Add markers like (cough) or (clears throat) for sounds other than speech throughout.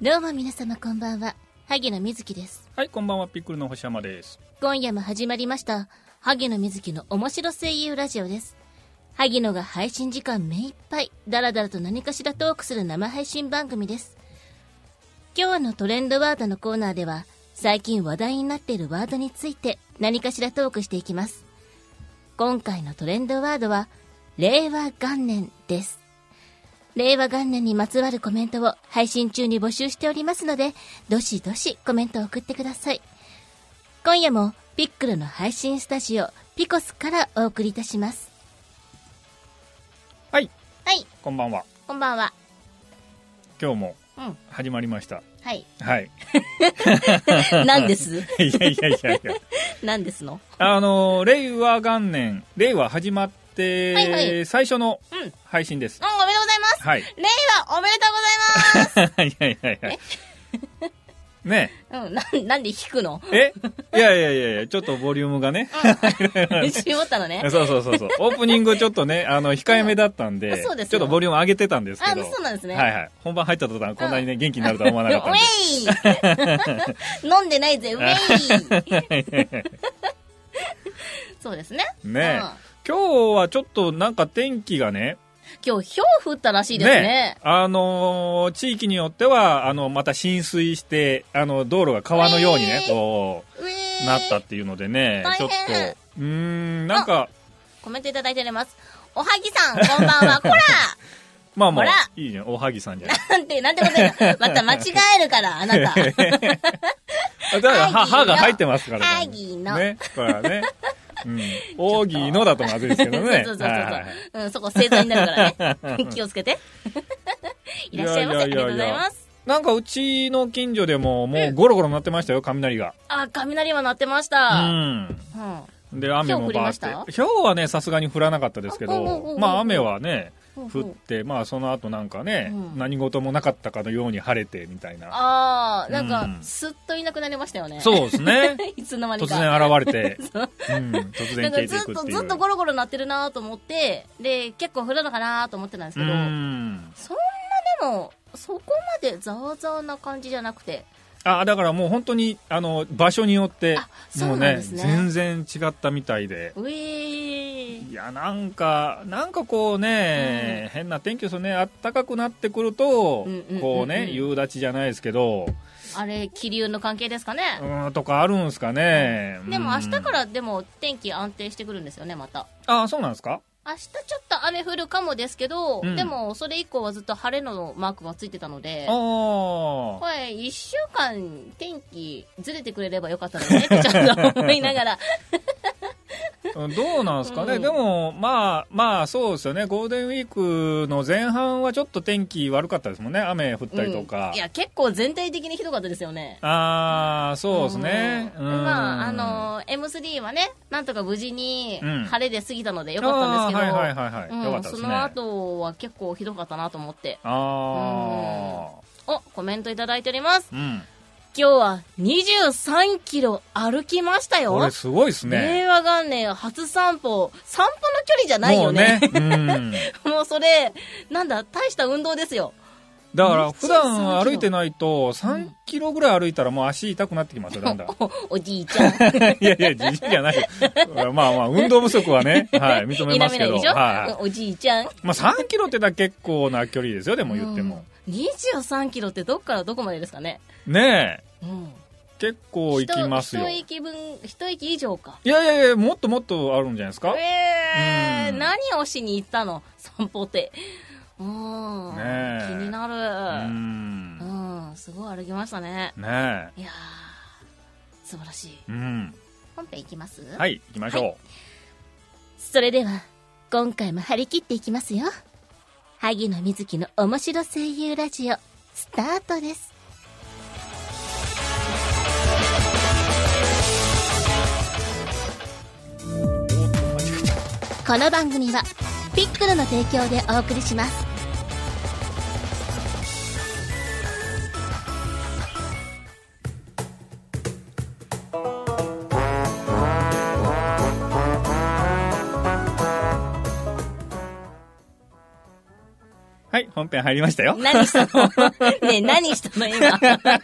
どうも皆様こんばんは萩野瑞希ですはい、こんばんは、ピックルの星山です。今夜も始まりました萩野瑞希の面白声優ラジオです萩野が配信時間目いっぱいダラダラと何かしらトークする生配信番組です今日のトレンドワードのコーナーでは最近話題になっているワードについて何かしらトークしていきます今回のトレンドワードは令和元年です令和元年にまつわるコメントを配信中に募集しておりますのでどしどしコメントを送ってください今夜もピックルの配信スタジオピコスからお送りいたしますはい、はいこんばんは。こんばんは今日もうん始まりました。はい (laughs) はい。 (laughs) 何ですいやいやいやいや。何ですのあのー、令和元年、令和始まっはいはいて、最初のうんうんおめでと配信です。うございますはい。い令和おめでとうございやいやいやいや。 (laughs) ねます (laughs) うんななんで弾くのえ。えいやいやいやいや、ちょっとボリュームがね。 (laughs) しおったの (laughs) ねそうそうそうそう。オープニングちょっ (laughs) とね、あの、控えめだったんうんで、そうですよちょっとボリューム上げてたんですけあど。そうなんですねはいはい。本番入った途端、こんなにね、元気になるとは思わウなかったんェで。イ (laughs) 飲んでない (laughs) ぜウェイそうですねねうん今日はちょっとなんか天気がね、今日ひょう降ったらしいですねあのー地域によっては、あの、また浸水して、あの、道路が川のようにね、えーこウェう、イなったっていうのでね、大ちょ変っと、うーん、なんか、コメントいただいておりますおはぎさんこんばん (laughs) はこらまあほまあら、いいじゃん、おはぎさんじゃない。なんて、なんてこと言うのまた間違えるから、 (laughs) あなた。 (laughs) あだから、はは、ぎの歯が入ってますからはぎのね、これはね。うん。おぎのだとまずいですけどね。 (laughs) そうそうそうそうはいはいはいうん、そこ正座になるから (laughs) ね。気をつけて。いらっしゃいませ。あいりやいやいやいやがとうございます。なんか、うちの近所でも、もうゴロゴロ鳴ってましたよ、雷が。あ、雷は鳴ってましうた。ん。うん。で雨もバーってひょう降りまひょうはねさすがに降らなかったですけあほうほうほうほどうまあ雨はねほうほ降っうてまあその後なんかね、うん何事もなかったかのように晴れてみたいなあー、なんうか、んすっといなくなりましたよね。そうです (laughs) ねいつの間に突か。然現れて、 (laughs) そううん、突なん然消かえてずいっくっとていうずっとゴロゴロ鳴ってるなと思って、で、結構降るのかなと思ってたんですうけど、んそんなでも、そこまでざわざわな感じじゃなくて、あだからもう本当にあの場所によってあそもううなんねですね全然違ったみたいでうえー。いやなんかなんかこうね、変な天気ですよねあったかくなってくると、うんうんうんうんこうね夕立じゃないですけどあれ、気流の関係ですかね。うーんとかあるんすかね、でもうん明日からでも天気安定してくるんですよね、また。あそうなんですか明日ちょっと雨降るかもですけど、うんでもそれ以降はずっと晴れのマークがついてたので、あこれ一週間天気ずれてくれればよかったのにねってちょっと思いながら。あどうなんですかね、うんでもまあまあそうですよねゴールデンウィークの前半はちょっと天気悪かったですもんね雨降ったりとか、うんいや、結構全体的にひどかったですよね。ああそうですね、うんうんまあ、あの M3 はね、なんとか無事にうん晴れで過ぎたのでよかったんですけあど、ーはいはいはいはい、ようかっんたでそすねの後は結構ひどかったなと思って。あお、コメントいただいております。あうん今日は23キロ歩きましたよ。これすごいですね令和元年初散歩。散歩の距離じゃないよね。もうね、う (laughs) ん、もうそれ、なんだ、大した運動ですよ。だから普23段歩いてないと3キロぐらい歩いたらもう足痛くなってきますよだんだんおおじいちゃん。 (laughs) いやいや、じじいじゃないよ。まあまあ、運動不足はね、はい、認め (laughs) 否めまないすけど。でしょ、はおじいちゃん。い。まあ、3キロってのは結構な距離ですよ、でも言っても。うん。23キロってどっからどこまでですかね。ねえ、うん。結構行きますよ。一い息分、一息以上か。やいやいや、もっともっとあるんじゃないですか。ねえー、うん何をしに行ったの散歩って。うん。ねえ気になうーる。ん。ねうん、すごい歩きましたね。え。いやー、素晴らしい。うん。本編いきます。はいい、行きましょう。それでは、今回も張り切っていきますよ。萩野瑞希の面白声優ラジオ、スタートです。この番組は、ピックルの提供でお送りします。はい、本編入りましたよ。何したの (laughs) ねえ、何したの今。なんか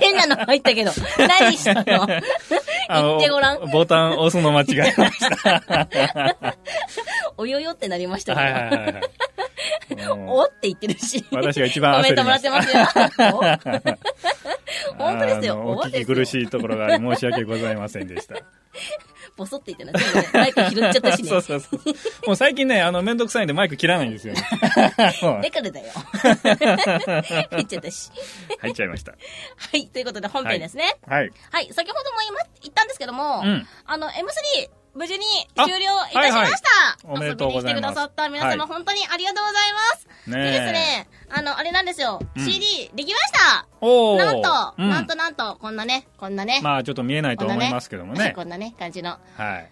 変なの入ったけど。何した (laughs) の言ってごらん。ボタン押すの間違えまし。およよってなりましたたはいはけいはいはい。ど。うん (laughs) おって言ってるし。私が一コ番メ焦ンりトもらまっしてた。 (laughs) ますよ。お本当ですよ。あのおおで聞きすよ苦しいところがあり申し訳ございませんでした。ボソって言ってますよね。マイク拾っちゃったしねそう。そうそう。もう最近ね、あの、めんどくさいんでマイク切らないんです (laughs) よね。もうだからだよ。言っちゃったし。入っちゃいました。はい。ということで本編ですね。はい。はい。先ほども今言ったんですけども、うんあの、M3、無事にあ終了いたしました。はいはいおめでとうござい遊びますに来てくださった皆様、はい本当にありがとうございます。でですねえ。ね、あの、あれなんですよ。うん CD できましたおーなんと、うんなんとなんと、こんなね、こんなね。。まあ、ちょっと見えないと思いますけどもねこんなね、感じの。はい。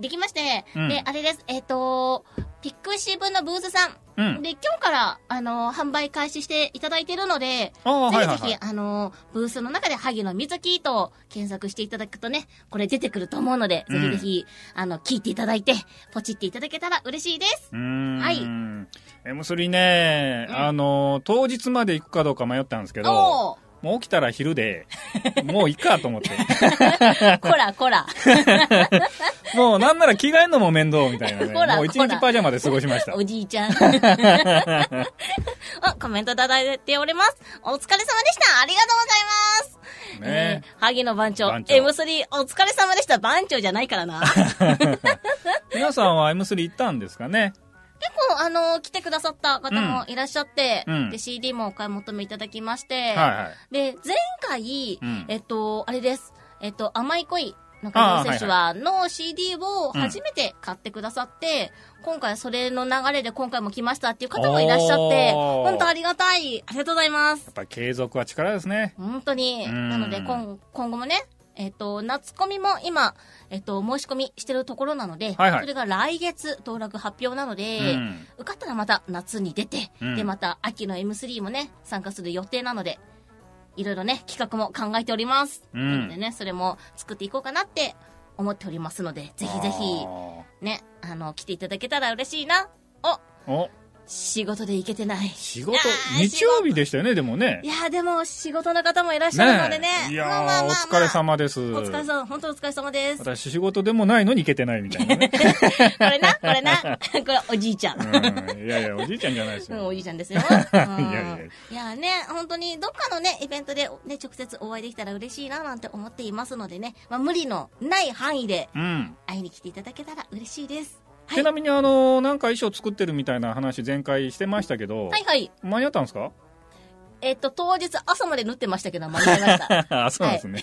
できまして、うんで、あれです。えっ、と、ピックシブのブーズさん。うん。で、今日から、あの、販売開始していただいているので、ああ、ぜはいひはぜいひ、はい。あの、ブースの中で、萩野瑞希と検索していただくとね、これ出てくると思うので、うんぜひぜひ、あの、聞いていただいて、ポチっていただけたら嬉しいです。うーん。はい M3 ね、うんあの、当日まで行くかどうか迷ったんですけど、おもう起きたら昼で、もういいかと思って。 (laughs) ー、こらこら、もうなんなら着替えるのも面倒みたいなね。 (laughs) ほらもう一ほ日らパジャマで過ごしました。おじいち (laughs) ゃん。あ、コメントいただいております。お疲れ様でした。ありがとうございます。えねー萩野番長、番長 M3 お疲れ様でした。番長じゃないから (laughs) な。結皆さんは M3 行ったんですかね構、あの、来てくださった方もいらっしゃって、うんで、CD もお買い求めいただきまして、はいはい。で、前回、うんえっと、あれです。えっと、甘い恋。あ中あ島選手は、の CD を初めて買ってくださって、今回それの流れで今回も来ましたっていう方もいらっしゃって、おー本当ありがたい。ありがとうございますや。っぱり継続は力ですね。本当に。うんなので、今、今後もね、えっと、夏コミも今、えっと、申し込みしてるところなので、はいはいそれが来月、当落発表なので、うん受かったらまた夏に出て、うんでまた秋の M3 もね参加する予定なのでいろいろね企画も考えております、うんなのでねそれも作っていこうかなって思っておりますのでぜひぜあひーねあの来ていただけたら嬉しいなおお、仕事で行けてない仕い事や、ー日曜日でしたよね、でもねい。やーでも仕事の方もいらっしゃるのでねえいやーまあまあまあまあお疲れ様です。お疲れ様本当お疲れ様ですこ私仕事でもないのに行けてないみたいなね。れなこれ (laughs) なこれおじいちゃんうんいやい (laughs) や、おじいちゃんじゃないですうよ。ん、おじいちゃんですよ。いうんやいやいやね、本当にどっかのね、イベントでね、直接お会いできたら嬉しいななんて思っていますのでね、まあ無理のない範囲でうん。会いに来ていただけたら嬉しいです。はい。ちはなみにあのなんか衣装作ってるみたいな話前回してましたけど、いはい。間に合ったんで (laughs) すかえっと、当日朝まで縫ってましたけど、間に合いました。 (laughs) あそうなんですね、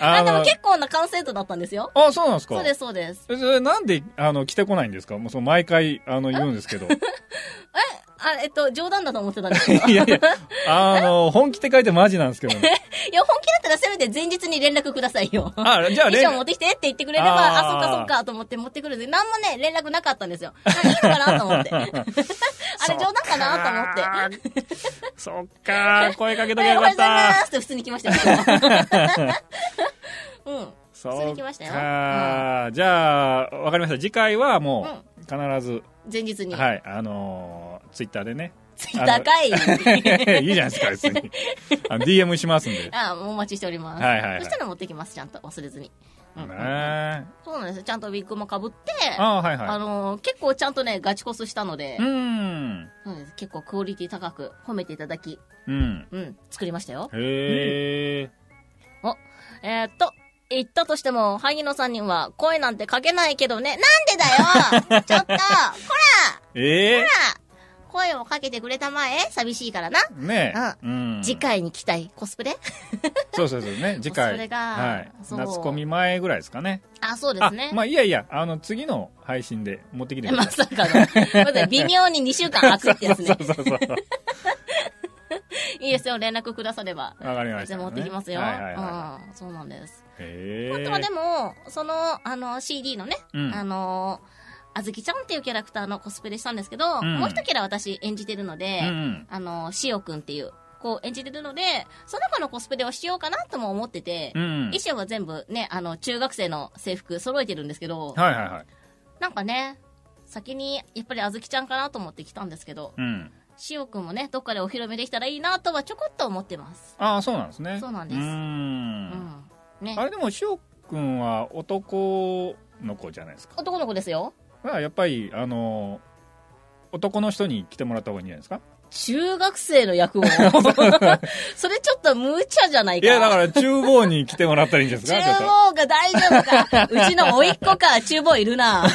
あ、 (laughs) あでもの結構な完成度だったんですよ。あそうなんですかそうです、そうです。えそれなんであの来てこないんですかもうその毎回あの言うんですけどあ、えっと、冗談だと思ってたんですけど。 (laughs) いやいやあの本気って書いてマジなんですけどね (laughs) いや、本気だったらせめて前日に連絡くださいよ。 (laughs) あじゃあ衣連装持ってきてって言ってくれれば、ああーそっかそっかと思って持ってくるんで、なんもね、連絡なかったんですよ。あいいのかなと思 (laughs) って。あれ冗談かなと思って。と思ってそっかー声か (laughs) けおとはけよようかごっざいまたすって普通に来ましたよ。 (laughs) うん。そうそれ来ましたよかーじゃあわかりました次回はもう必ず、前日に。はいあのーツイッターでね (laughs) 高い。いいじゃないですか別 (laughs) にあの DM しますんであ、お待ちしております。はいはいはいそしたら持ってきます、ちゃんと。忘れずに。うんねそうなんですよ。ちゃんとウィッグも被って、あはいあはのー、結構ちゃんとね、ガチコスしたのでい、うんそうです結構クオリティ高く褒めていただき、うんうん、作りましたよ。へえ、えーっと、言ったとしても、萩野さんには声なんてかけないけどね。なんで (laughs) だよちょっとほらええ声をかけてくれたまえ寂しいからな。ねえ、うん次回に期待、コスプレそうそうそう (laughs) ね次回それがはい、そう夏コミ前ぐらいですかねあ、そうですね。あまあいやいやあの次の配信で持ってきてくだまさ (laughs) いさか (laughs) の。まだ微妙に2週間空くってやつね。そうそうそうそういいですよ、連絡くだされば。わかりました、じゃあ持ってきますよ。はいはいはうん、そうなんです。い。へ本当はでも、その、あの、CD のね、うんあの、あずきちゃんっていうキャラクターのコスプレしたんですけど、んもう一キャラ私演じてるので、うんうんあの、しおくんっていう子を演じてるので、その子のコスプレをしようかなとも思ってて、うん。衣装は全部ね、あの、中学生の制服揃えてるんですけど、はいはいはい。なんかね、先にやっぱりあずきちゃんかなと思って来たんですけど、うん。しおくんもね、どっかでお披露目できたらいいなとはちょこっと思ってます。ああそうなんですねそうなんですーんうん。ねあ。れでもしおくんは男の子じゃないですか男の子ですよ。まあやっぱりあの男の人に来てもらった方がいいんじゃないですか中学生の (laughs) (laughs) 役を。それちょっと無茶じゃないいか。やだから厨房に来てもらったらいいんじゃないです (laughs) か厨房が大丈夫 (laughs) か。うちの甥っ子か、厨房いるな。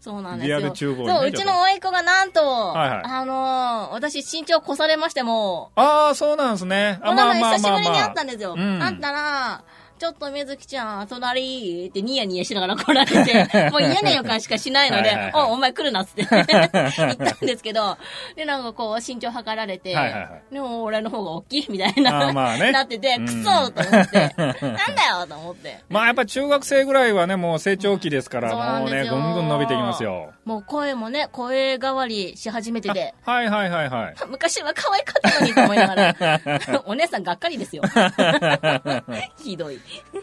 そうなんですよ。リアル厨房にねそう、うちょちっとの甥っ子がなんと、いはいあのー私身長越されましても、ああそうなんですねこあの前久しぶりに会ったんですよ。うんあったら、ちょっとずきちゃん、隣ってニヤニヤしながら来られ (laughs) て、もう嫌な予感しかしないので、はいはいはいお、お前来るなっつ (laughs) って言ったんですけど、で、なんかこう身長測られて、はいはいはでも俺の方が大きいみたいな、あーまあねなってて、うんクソー (laughs) と思って、なんだよと思って。まあやっぱ中学生ぐらいはねもう成長期ですかそうならんもうでねすぐよんぐん伸びていきますよもう声もね、声変わりし始めてて。あはいはいはいはい (laughs) 昔は可愛かったのにと思いなが (laughs) ら。お姉さんがっかりですよ。ひどい。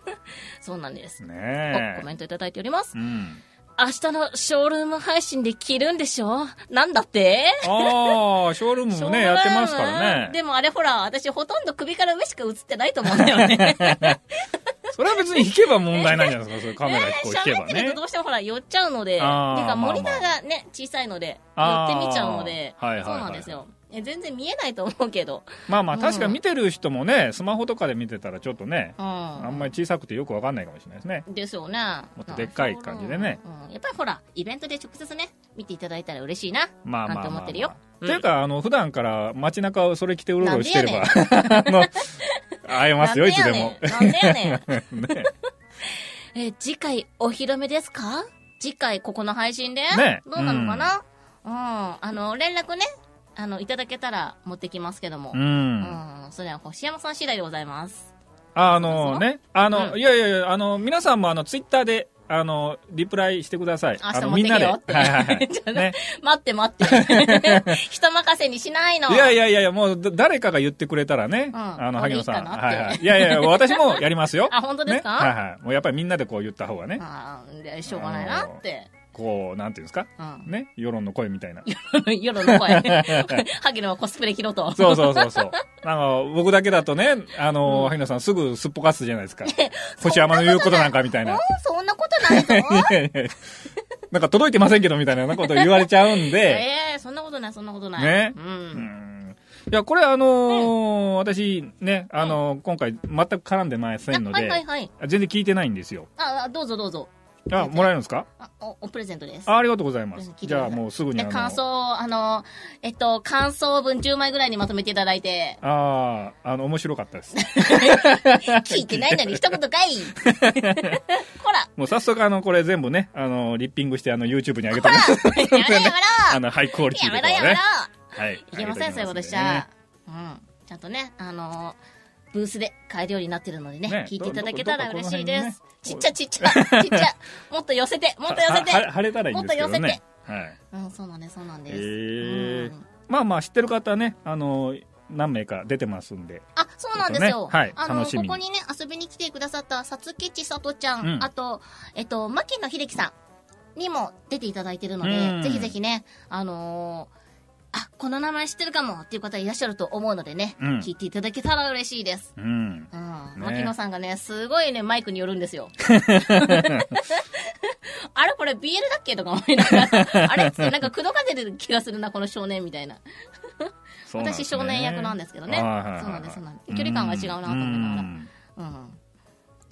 (laughs) そうなんです。おねコメントいただいております。えうん明日のショールーム配信で着るんでしょなんだってああショールームもねやってますからねでもあれほら、私ほとんど首から上しか映ってないと思うんだよね。それは別に行けば問題ないんじゃ (laughs) ないですかそれカメラこう引け喋ばってるねとどうしてもほら寄っちゃうので、てあーかモニターまがね、小さいので、寄あっーてみちゃうので、そはういはいはいなんですよ。え全然見えないと思うけど。まあまあうん確か見てる人もねスマホとかで見てたらちょっとねうん。ああんまり小さくてよくわかんないかもしれないですねですよね。もっとでっかい感じでねうん。やっぱりほら、イベントで直接ね、見ていただいたら嬉しいな。まあまあまあ、まあ、なんて思ってるよというかあの普段から街中をそれ着てうろうろしてれば (laughs) あの会えなまんすでよいつやでねもん。なんでやねん。 (laughs) ね (laughs) え、次回お披露目ですか次回ここの配信でねどうなのかな、うん、あの、連絡ね、あの、いただけたら持ってきますけどもう。うんん、それは星山さん次第でございます。あのね、あの、うんいやいやいや、あの、皆さんもあの、ツイッターで、あの、リプライしてください。明あ日の、持ってみんなけで。よはっいて。はいは (laughs) い。じゃあねね、待って待って。人任せにしないの。いやいやいやいや、もう、だ誰かが言ってくれたらね、うんあの、俺萩野さいん。いかなっはていはい。いやいやいや、私もやります (laughs) 。よあ本当ですかねはいはい。もうやっぱりみんなでこう言った方がね、あーでしょうがないなって。こう、なんていうんですか、うん。ね、世論の声みたいな。 (laughs) 夜の声。 (laughs) 萩野はコスプレ着ろと。そうそうそうそう。あの、僕だけだとね、あの、萩野さんすぐすっぽかすじゃないですか。星山の言うことなんかみたいな。うんそんなことないぞ。いやいやいやなんか届いてませんけどみたいなこと言われちゃうんで。 (laughs) ええそんなことない、そんなことない。ねう。うんんいや、これあのー私ね、あのー今回全く絡んでませんのあはいで、はいはい。あ全然聞いてないんですよ。あ、あどうぞどうぞ。あ、もらえるんですかあお、おプレゼントです。あありがとうございまうすん聞い。てくじだゃさいあもうすぐにで、あの、感想を、あの、えっと、感想文10枚ぐらいにまとめていただいてああ、あの、面白かったです。聞いてないのに一言か (laughs) いほらもう早速あの、これ全部ね、あの、リッピングしてあの、YouTube に上げほてらま (laughs) す。やめろやめろ (laughs) あの、ハイクオリティやでめころやうめろね。はい。いけません、そういうことしちねゃ。うん。ちゃんとね、あの、ブースで買えるようになってるのでねね、聞いていただけたらどど嬉しいです。ちどっこちゃちっちゃ、ちっちゃ。もっと寄せて、もっと寄せははて。晴れたらいいんですけどもっと寄ね。はい。うん、そうなんです、そうなんです。へーうんまあまあ知ってる方ね、あの、何名か出てますんで。あ、そうなんですよ。ちょっとねはいあの、楽しこみにこにね、遊びに来てくださった、さつきちさとちゃん、うんあと、えっと、牧野秀樹さんにも出ていただいてるのうで、んぜひぜひね、あのーあ、この名前知ってるかもっていう方いらっしゃると思うのでね、うん聞いていただけたら嬉しいです。うん。うん。ね牧野さんがね、すごいね、マイクによるんです (laughs) よ。あれこれ BL だっけとか思いながら、あれっつってなんか口説かれてる気がするな、この少年みたいな。そうなんで私すね少年役なんですけどねあーはいはいはいそうなんですそうなんです距離感が違うなと思いながらうんうん。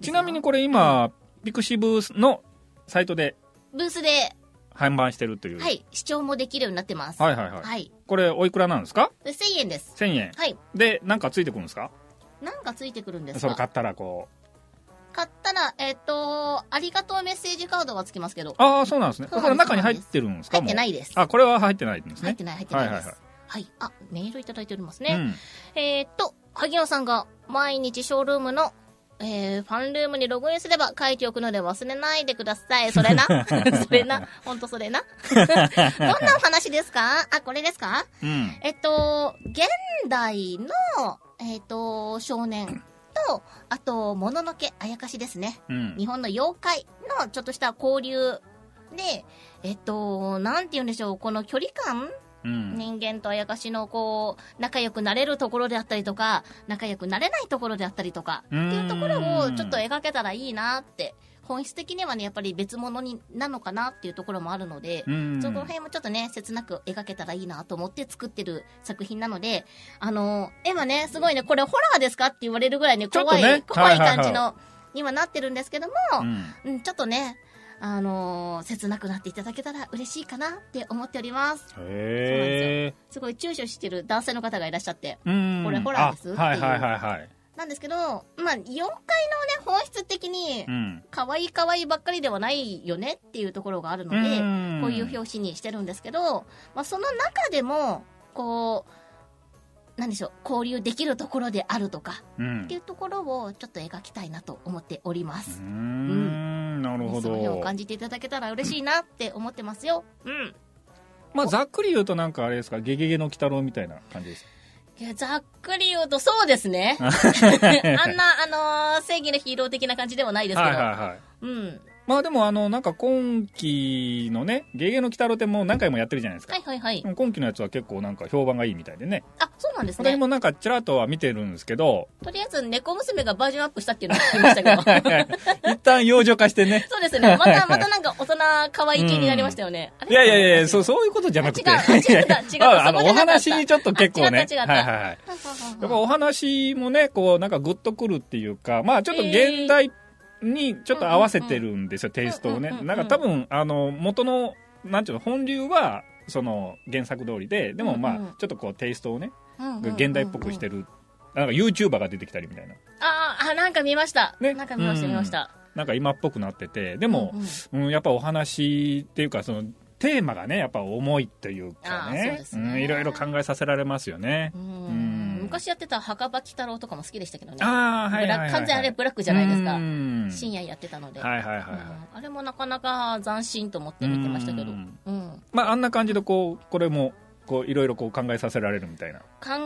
ちなみにこれ今、ピクシブのサイトでブースで、販売してるという。は。い、視聴もできるようになってます。はいはいはいはい。これおいくらなんですかで1000円です。 ?1000 円。はい。で、なんかついてくるんですかなんかついてくるんですそれか買ったらこ買ったら、えっ、と、ありがとうメッセージカードがつきますけどう。、ああ、そうなんですね。そうこなんれです中に入ってるんですか。入ってないいです。あ、これは入ってないんです入っねて。ない、入ってないではいはいはすい。はい。あ、メールいただいておりますうね。ん。えっと、萩野さんが毎日ショールームの、えー、ファンルームにログインすれば書いておくので忘れないでください。それな。 (laughs) それな。ほんとそれな。どんなお話ですかあ、これですかうん。えっと、現代の、えっと、少年と、あと、もののけ、あやかしですね。うん。日本の妖怪のちょっとした交流で、えっと、なんて言うんでしょう、この距離感うん。人間とあやかしのこう仲良くなれるところであったりとか仲良くなれないところであったりとかってうんいうところをちょっと描けたらいいなって本質的にはねやっぱり別物になのかなっていうところもあるのでうんそこら辺もちょっとね切なく描けたらいいなと思って作ってる作品なのであの絵はねすごいねこれホラーですかって言われるぐらいね怖いちょっとね怖い感じはいはいのにはなってるんですけども、ううんん、ちょっとねあの切なくなっていただけたら嬉しいかなって思っております。へえ。すごい躊躇してる男性の方がいらっしゃって。うんこれホラーですあはいっていうはいはいはい。なんですけど、まあ、妖怪のね、本質的にう、ん。可愛い可愛いばっかりではないよねっていうところがあるので、うんこういう表紙にしてるんですけど、まあ、その中でも、こう、なんでしょう、交流できるところであるとか、うんっていうところをちょっと描きたいなと思っておりまうーす。んなるほその辺をど。感じていただけたら嬉しいなって思ってますよ。うん。まあざっくり言うとなんかあれですか、ゲゲゲの鬼太郎みたいな感じです。いやざっくり言うと、そうです (laughs) ね。あんな、あのー正義のヒーロー的な感じではないですけど。はいはいはい。うん。まあでもあのなんか今期のね、ゲゲの鬼太郎ってもう何回もやってるじゃないですか。はいはいはいで。も今期のやつは結構なんか評判がいいみたいでね。あ、そうなんです私ね。もなんかちらっとは見てるんですけど、 (laughs) とりあえず、猫娘がバージョンアップしたっていうのを聞きましたけど。一旦養生化して (laughs) ね。そうですね。ま (laughs) た、またなんか大人可愛い系になりましたよね。あいれやいやいや、そう、う。そういうことじゃなくて。あ違う違った違った (laughs) ああそこの、じゃおなかった話にちょっと結構あね。違った違ったはいはいはい。はははやっぱお話もね、こう、なんかグッとくるっていうか、まあちょっと現代にちょっと合わせてるんですよ、テイストをねうんうんうんう。んなんか多分、あの、元の、なんていうの、本流は、その原作通りで、でもまあうんうんちょっとこうテイストをね、うんうんうん現代っぽくしてる。る。なんか YouTuber が出てきたりみたいな。あーあ、なんか見ました。ねなんか見ました、うん見ました。なんか今っぽくなってて、でもうん、うんうん、やっぱお話っていうか、その、テーマがね、やっぱ重いというかあーそうねで、すねんいろいろ考えさせられますよね。うんうん昔やってた墓場鬼太郎とかも好きでしたけどね。ああ、はいブはいラはい、はい。完全あれブラックじゃないですか。うん深夜やってたので。はいはいはいうんはあれもなかなか斬新と思ってい。見てましたけど。ううんん。考まあ、あんな感じで、こう、これも、こう、いろいろこう考えさせられるみたいな。え、そう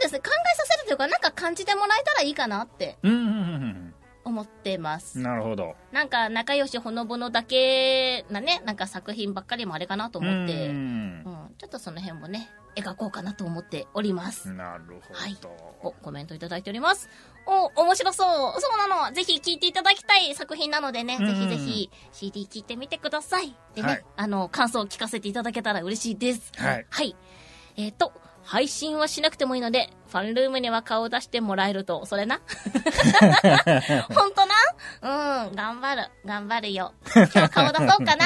ですね。考えさせるというか、なんか感じてもらえたらいいかなってうん、うんうん、思ってまうすん。。なるほど。なんか仲良しほのぼのだけなね、なんか作品ばっかりもあれかなと思って、ううん、ん。ちょっとその辺もね、描こうかなと思っております。なるはいほお、ど。コメントいただいております。お、面白そう。そうなの。ぜひ聞いていただきたい作品なのでね、うんぜひぜひ CD 聞いてみてください。でね、はいあの、感想を聞かせていただけたら嬉しいです。はいえっ、と、配信はしなくてもいいので、ファンルームには顔を出してもらえると、そ (laughs) れな。本当なうん、頑張る。頑張るよ。今日顔出そうかな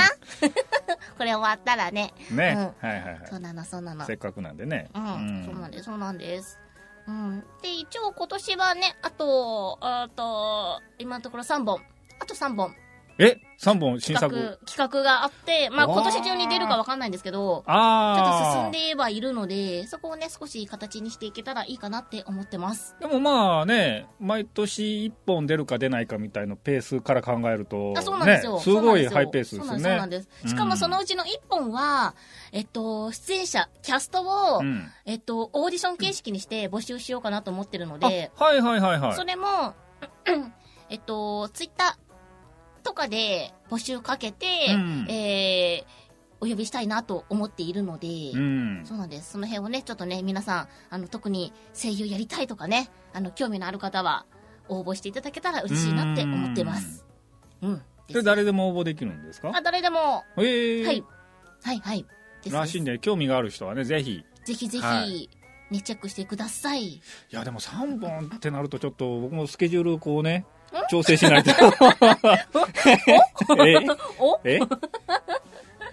(laughs) これ終わったらね。ね、はいはいそはうなの、そうなのい。。せっかくなんでね。うん、うんそうなんです、そうなんです。うん。で、一応今年はね、あと、あと、今のところ3本。あと3本。え、3本新企画、作。企画があって、まあわー今年中に出るかわかんないんですけど、ちょっああ。と進んではいるので、そこをね、少し形にしていけたらいいかなって思ってます。でもまあね、毎年1本出るか出ないかみたいなペースから考えると、あ、そうなんですよ。ね、すごいそうハなイんペーでスよですよそうなんね。です、そうなんです。しかもそのうちの1本は、えっと、出演者、キャストを、うんえっと、オーディション形式にして募集しようかなと思ってるのあで、はいはいはいはいそ。れも、 (clears throat) えっと、ツイッターとかで募集かけて、うんえーお呼びしたいなと思っているので、うん。そうなんです。その辺をね、ちょっとね、皆さん、あの、特に声優やりたいとかね、あの、興味のある方は、応募していただけたら嬉しいなって思ってます。うん。で、誰でも応募できるんですかあ、誰でも、えー、はい。はい、はい。ですらしいんで、興味がある人はね、ぜひ。いぜひぜひ、はね、チェックしてくださ (laughs) い。や、でも3本ってなると、ちょっと僕もスケジュールをこうね、調整しな (laughs) いと。えおえ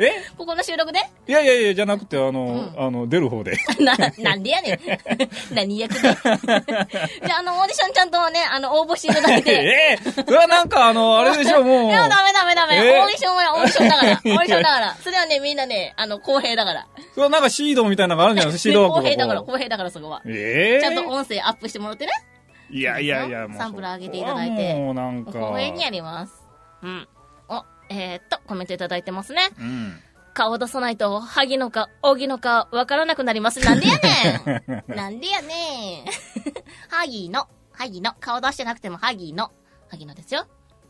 えここの収録でいやいやいや、じゃなくて、あの、うあの、出る (laughs) 方で。な、なんでやねん。 (laughs) 何 (laughs) 役で。じゃあ、あの、オーディションちゃんとね、あの、応募していただいて。えー、それはなんか、(laughs) あの、あれでしょ、いもう。や、ダメダメダメ。えオーディションはオーディション (laughs) だから。オーディションだから。それはね、みんなね、あの、公平だから。それはなんかシードみたいなのがあるんじゃないですか、 (laughs) シードね公枠平だから、がこう。公平だから、そこは。ええー。ちゃんと音声アップしてもらってね。いやいやいや、もう。サンプル上げていただいてもうなんか。公平にやります。うん。お、えー、っと、コメントいただいてますね。うん。顔出さないと、萩のか、荻のか、わからなくなります。なんでやね (laughs) んなんでやねん萩の、萩の、顔出してなくても萩の、萩のですよ。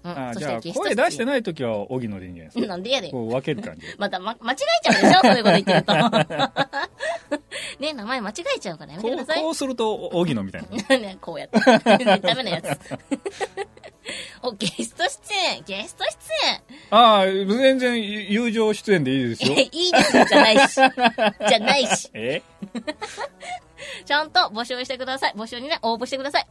うんあそしじゃてあゲスト声席出してない時は荻野でいいんじゃないですかなんで (laughs) やねんこう分ける感じまた、ま、間違えちゃうでしょそういうこと言ってると。ね、名前間違えちゃうからやめてこくだうさいこ。うすると荻野みたいなね、こうやって。ねダメなやつ。お、ゲスト出演ゲストああ全然友情出演でいいです出よ演 (laughs) いいですじゃないし。じゃないし。えちゃんと募集してください。募集にね、応募してください。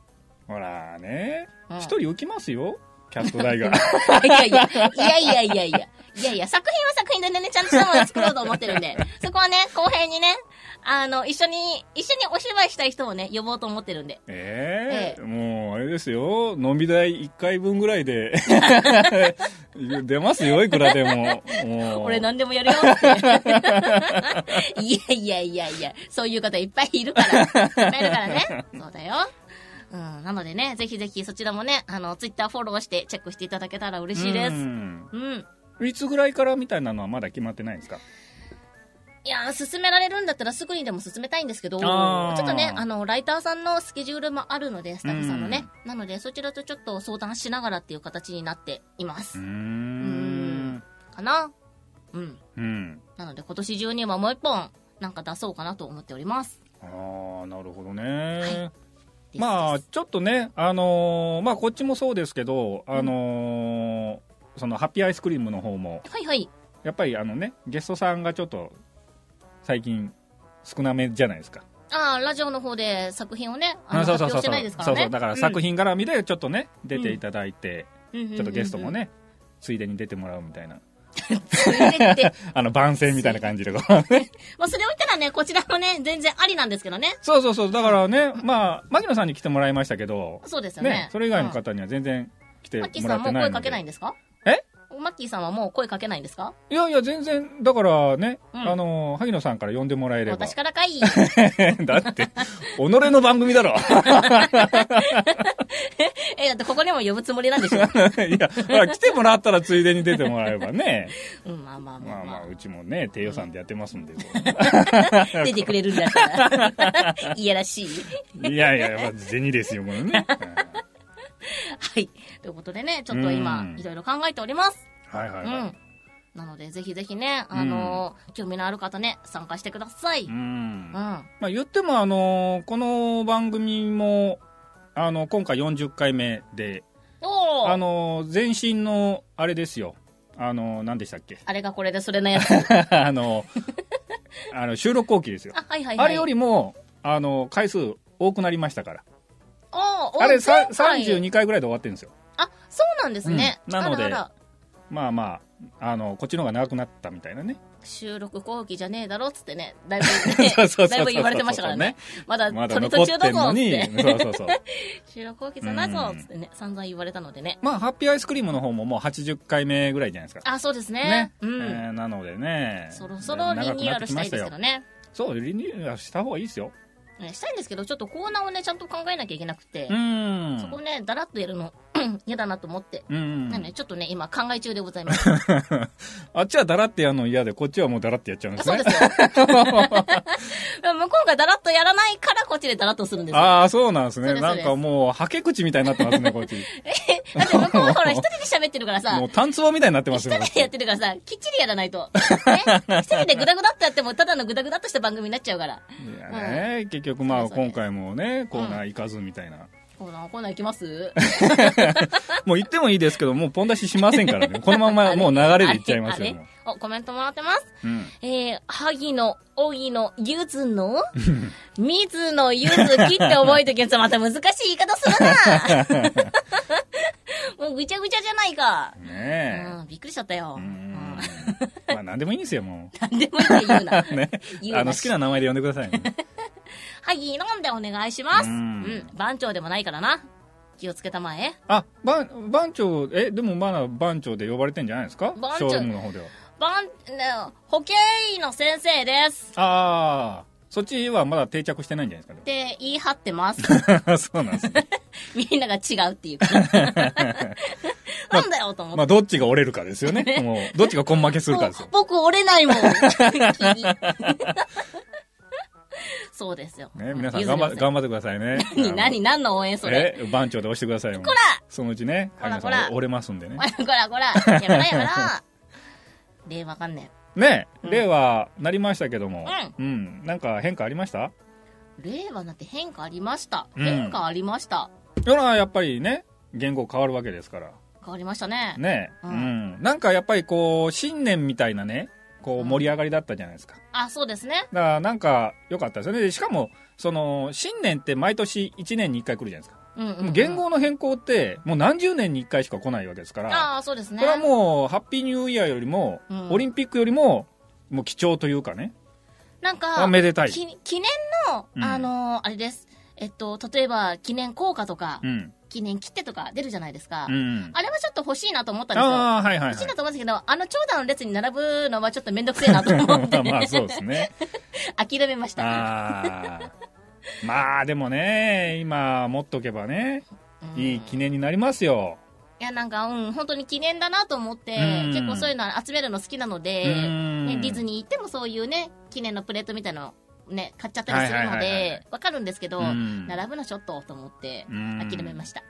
ほらねうん一、人浮きますよキャスト代が (laughs) いやいや、いやいやいやいや。いやいや、作品は作品でね、ちゃんとしたものを作ろうと思ってるんで、そこはね、公平にね、あの、一緒に、一緒にお芝居したい人をね、呼ぼうと思ってるんで。えええもうあれですよ飲み代1回分ぐらいで (laughs) 出ますよいくらでももう俺何でもやるよって。いやいやいやいや、そういう方いっぱいいるから。いっぱいいるからね。そうだよ。うん、なのでね、ぜひぜひそちらもね、あの、ツイッターフォローしてチェックしていただけたら嬉しいです。うん。んいつぐらいからみたいなのはまだ決まってないんですかいやー、進められるんだったらすぐにでも進めたいんですけど、ちょあーっとね、あの、ライターさんのスケジュールもあるので、スタッフさんのね。なので、そちらとちょっと相談しながらっていう形になっていまうーす。んかなうん。うんなので、今年中にはもう一本、なんか出そうかなと思っております。ああなるほどね、いですまあですちょっとねあのーまあこっちもそうですけどあのーそのハッピーアイスクリームの方もはいはい。やっぱりあのねゲストさんがちょっと最近少なめじゃないですかああ、ラジオの方で作品をね、あのあそう発そ表うそうしてそうないですからそうね。そうだから作品絡みでちょっとね、出てうんいただいて、品、ちょっとゲストも。 (laughs) ねついでに出てもらうみたいなって、あの番宣みたいな感じでこうまあ、それを言ったらね、こちらもね、全然ありなんですけどね。 (laughs) そうそうそうだからねまあ牧野さんに来てもらいましたけどそうですよね。ねそれ以外のうん方には全然来てもマらっッキーさんもてうない声のかでけないんですかえマッキーさんはもう声かけないんですかいやいや全然だからね、うんあの萩野さんから呼んでもらえれば私からかい。 (laughs) (laughs) だって己の番組だろ (laughs) え、だってここにも呼ぶつもりなんで (laughs) しょいやほら来てもらったらついでに出てもらえばねうん、まあまあまあまあままああ。うちもね低予算でやってますんで、出てくれるんだった (laughs) ら。いやらしい。いやいや、まあ、銭ですよ、こ (laughs) れね。はい。ということでね、ちょっと今う、んいろいろ考えております。はいはいうはん。なので、ぜひぜひね、あのー興味のある方ね、参加してください。い。う。うんん。まはあ言っても、あのーこの番組も、あの、今回40回目で、おーあのー前身の、あれですよ。あのー何でしたっけ (laughs) あれがこれでそれのやつ。あのーあの、収録後期ですよ。あ、はいはいはい。あれよりも、あのー回数多くなりましたから。おー、おあれ、さ前回32回ぐらいで終わってるんですよ。あ、そうなんですね。うんなのであらあらまあまあ、あの、こっちの方が長くなったみたいなね。収録後期じゃねえだろっつって (laughs) ね、だいぶねそうそうそうそうそうだいぶ言われてましたからね。まだ、ま取だり残途っ中てだんぞっのつっにて。。そうそうそう。収録後期じゃないぞっつってね、散々言われたのでね。まあ、ハッピーアイスクリームの方ももう80回目ぐらいじゃないですか。あ、そうですね。ね、うん。えーなのでねそろそろリニューアルしたいですけどねね。そうリニューアルした方がいいですよねしたいんですけど、ちょっとコーナーをね、ちゃんと考えなきゃいけなくてう、んそこをね、だらっとやる (laughs) の、嫌だなと思って。うんなので、ちょっとね、今考え中でござい (laughs) ます。あっちはだらってやるの嫌でこっちはもうだらってやっちゃうんであすそうねですよ。 (laughs) 向こうがだらっとやらないから、こっちでだらっとするんですよ。ああそうなんですそうねですなんかもうはけ口みたいになってます (laughs) ねこっちだって向こうはほら、一人で喋ってるからさ (laughs) もう、単ツボみたいになってま一すよ人でやってるからさ、きっちりやらない (laughs) と。ね、一人でグダグダってやっても、ただのグダグダっとした番組になっちゃうから。いやね、結局まあそうです今回もねコーナー行かずみたいな、コーナー、コーナー行きますもう行ってもいいですけどもうポン出ししませ (laughs) んからねこのままもう流れで行っちゃいますあれよもうあれお、コメントもらってます。うんえー、萩野、荻野、ゆず (laughs) の、水野、ゆずきって覚えとけんとまた難しい言い方する (laughs) なもうぐちゃぐちゃじゃないか。ねうん、びっくりしちゃったよ。えううんんまあ何でもいいんですよもなんでもいいって言うな。 (laughs) うね言うなあの好きな名前で呼んでくださいね (laughs) 萩野でお願いします。ううんん、番長でもないからな。気をつけたまえ。あ、番、番長、え、でもまだ番長で呼ばれてんじゃないですか番長ショールームの方では。番、ね、保健医の先生です。ああ、そっちはまだ定着してないんじゃないっでて言い張って (laughs) ます。す (laughs) か。そうなんですね。みんなが違うって (laughs) いうから。なんだよと思って。まあ、どっちが折れるかです (laughs) よね。もう、どっちが根負けするかですよもう。僕折れないもん。君 (laughs) そうですよ。ね、皆さん譲頑り張まっせて、頑張ってくださいね。(laughs) あ何、の何、何の応援それ。え、番長で押してくださいよ。こらそのうちね、こら萩野こらさん折れますんでねこ。らこらこら、やめろやめろ。で、わかんねね、うん令和なりましたけども、うん、なんか変化ありました？え。令和なんて変化ありました。うん変化ありました。ほらやっぱりね、言語変わるわけですから。変わりましたね。ね、ううんん、なんかやっぱりこう新年みたいなね、こう盛り上がりだったじゃないですか。あ、そうですね。だからなんか良かったですよね。でしかもその新年って毎年1年に1回来るじゃないですか。うん、うん。言語の変更ってもう何十年に1回しか来ないわけですから。ああ、そうですね。これはもうハッピーニューイヤーよりも、うんオリンピックよりももう貴重というかねなんかあ、めでたい、き記念の、うんあのーあれです。えっと、例えば、記念硬貨とか、うん記念切手とか出るじゃないですか。うん、あれはちょっと欲しいなと思ったんですよ。ああはいはい欲しいはなと思うんですけど、あの長蛇の列に並ぶのはちょっとめんどくせえなと思っいて、(laughs) (laughs) まあそうですね諦めました。ああまあでもね今持っとけばねうんいい記念になりますよ、いや、なんか、うん、本当に記念だなと思って、うん結構そういうの集めるの好きなので、うんね、ディズニー行ってもそういうね、記念のプレートみたいなの、ね、買っちゃったりするのはいはいはいはで、わかるんですけど、うん並ぶのちょっとと思って、うん諦めました。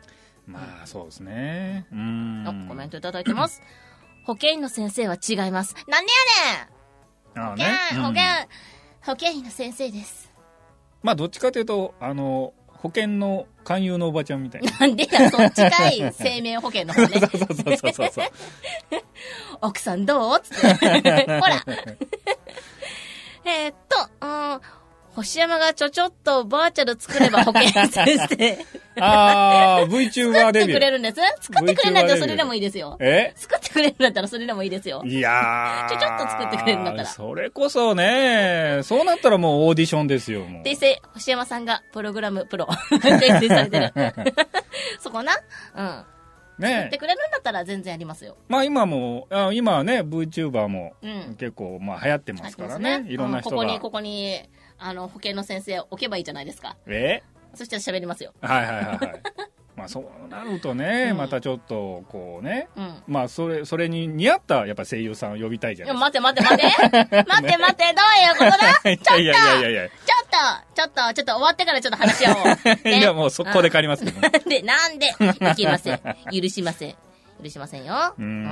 まあそうですねうんあコメントいただいて (laughs) ます。保健医の先生は違います。なんでああやねん保健、うん保健医の先生です。まあどっちかというとあの保険の勧誘のおばちゃんみたい (laughs) ななんでや、そっちかい。生命保険の方ね。 (laughs) そうそうそうそうそう奥さんどうつ (laughs) って。ほら。 (laughs) えーっと、うん、星山がちょちょっとバーチャル作れば保険 (laughs) 先生ああ VTuber 作っデてビくュれーるんです作ってくれるんだったら VTuber それでもいいですよ。え作ってくれるんだったらそれでもいいですよ。いやーちょちょっと作ってくれるんだったらそれこそね、そうなったらもうオーディションですよ、もう。訂正、星山さんがプログラムプロ。 (laughs) 訂正されて (laughs) る。そこな。うん。作っねてくれるんだったら全然やりますよ。まあ今も、あ今はね、VTuber もうん。結構まあ流行ってますから入ってね、ますいろんな人うこが。こに、ここに、あの、保険の先生置けばいいじゃないですか。えそしたら喋りますよ。はいはいはい (laughs) はい。まあそうなるとね、うんまたちょっとこうね、うん。まあそれ、それに似合ったやっぱ声優さんを呼びたいじゃいなや、いで待て待て (laughs) 待て待て待てどういうことだちょっすとちか。ょっといや (laughs) いやいやいやいちょっとちょっと終わってからちょっと話し合おう。や、ね (laughs) いやもう速攻で帰りますけどね。なんで、なんで、いけません。許しません。許しませんよ。うん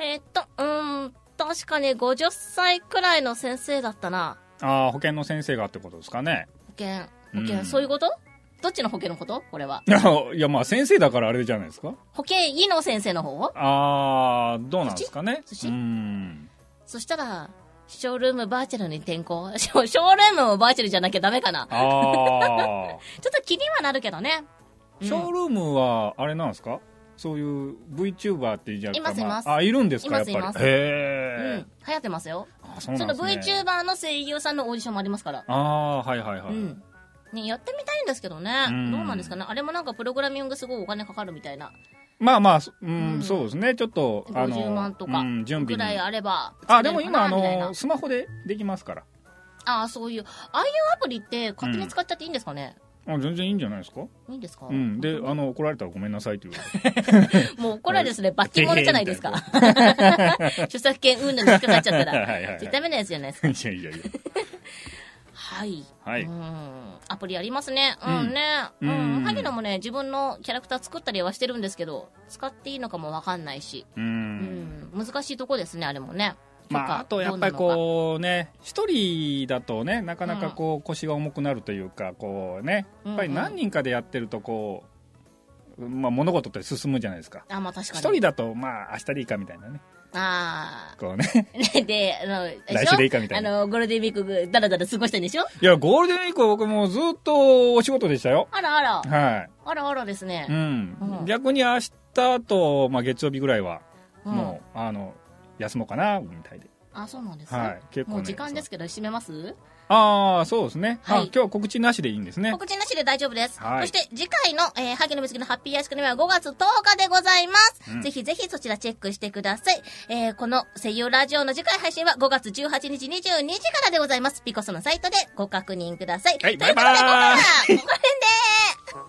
えーっと、うーん、確かに50歳くらいの先生だったな。ああ、保険の先生がってことですかね。保険、保険、うんそういうことどっちの保険のことこれは。いや、 (laughs) いやまあ先生だからあれじゃないですか。保険医の先生の方あーどうなんですかね寿司うんそしたら、ショールームバーチャルに転校。 (laughs) ショショールームもバーチャルじゃなきゃダメかな。ちょああっと気にはなるけどね。 (laughs) うんショールームはあれなんですかそういう VTuber ってじゃいますいますあいるんですかいやまっすぱりいますうん、へえ流、行ってますよ。あそそうなんでのすね VTuber の声優さんのオーディションもありますから。ああーはいはいはうい、ん。ね、やってみたいんですけどね。うんどうなんですかね。あれもなんかプログラミングすごいお金かかるみたいな。まあまあ、うんうんそうですねちょっとあの50万とかうん、準ぐ備らいにあれば。あでも今あ作れるかなみたいのなスマホでできますからああ、そういう。ああいうアプリって勝手に使っちゃっていいんですかね。あ全然いいんじゃないですか、いいんですかうん、であの怒られたらごめんなさいというもうこれは (laughs) ですね、罰金ものじゃないですか。 (laughs) 著作権運動に引っかかっ (laughs) ちゃったはいら。はいはい絶対ダメなやつじゃないですか。いやいやいやはい。はいうん。アプリありますね。ううんんね。う。うんん萩野もね、自分のキャラクター作ったりはしてるんですけど、使っていいのかもわかんないし。ううんん。難しいとこですね、あれもね。まあ、あとやっぱりこうね一人だとねなかなかこう腰が重くなるというかこうねうんやっぱり何人かでやってるとこう、まあ、物事って進むじゃないですかう。あ、まあ確かに。一人だとまあ明日でいいかみたいなねあ (laughs) こうね (laughs) あ。で、あの、来週でいいかみたいなあの、ゴールデンウィーク、だらだら過ごしたんでしょいやゴールデンウィークは僕もうずっとお仕事でしたよあらあら。はあらあらですい、うね。んうん逆に明日と、まあ、月曜日ぐらいはうんもう、あの休もうかなみたいで、あ、そうなんですはいね。結構、ね、もう時間ですけど、閉めますああそうですね、はいあ今日は告知なしでいいんですね告知なしで大丈夫です。はそいして次回の、えー、萩野美月のハッピーアイスクリームは5月10日でございます。うんぜひぜひそちらチェックしてください。えー、この声優ラジオの次回配信は5月18日22時からでございます。ピコスのサイトでご確認ください。はいということで、ここバイバはーここら辺で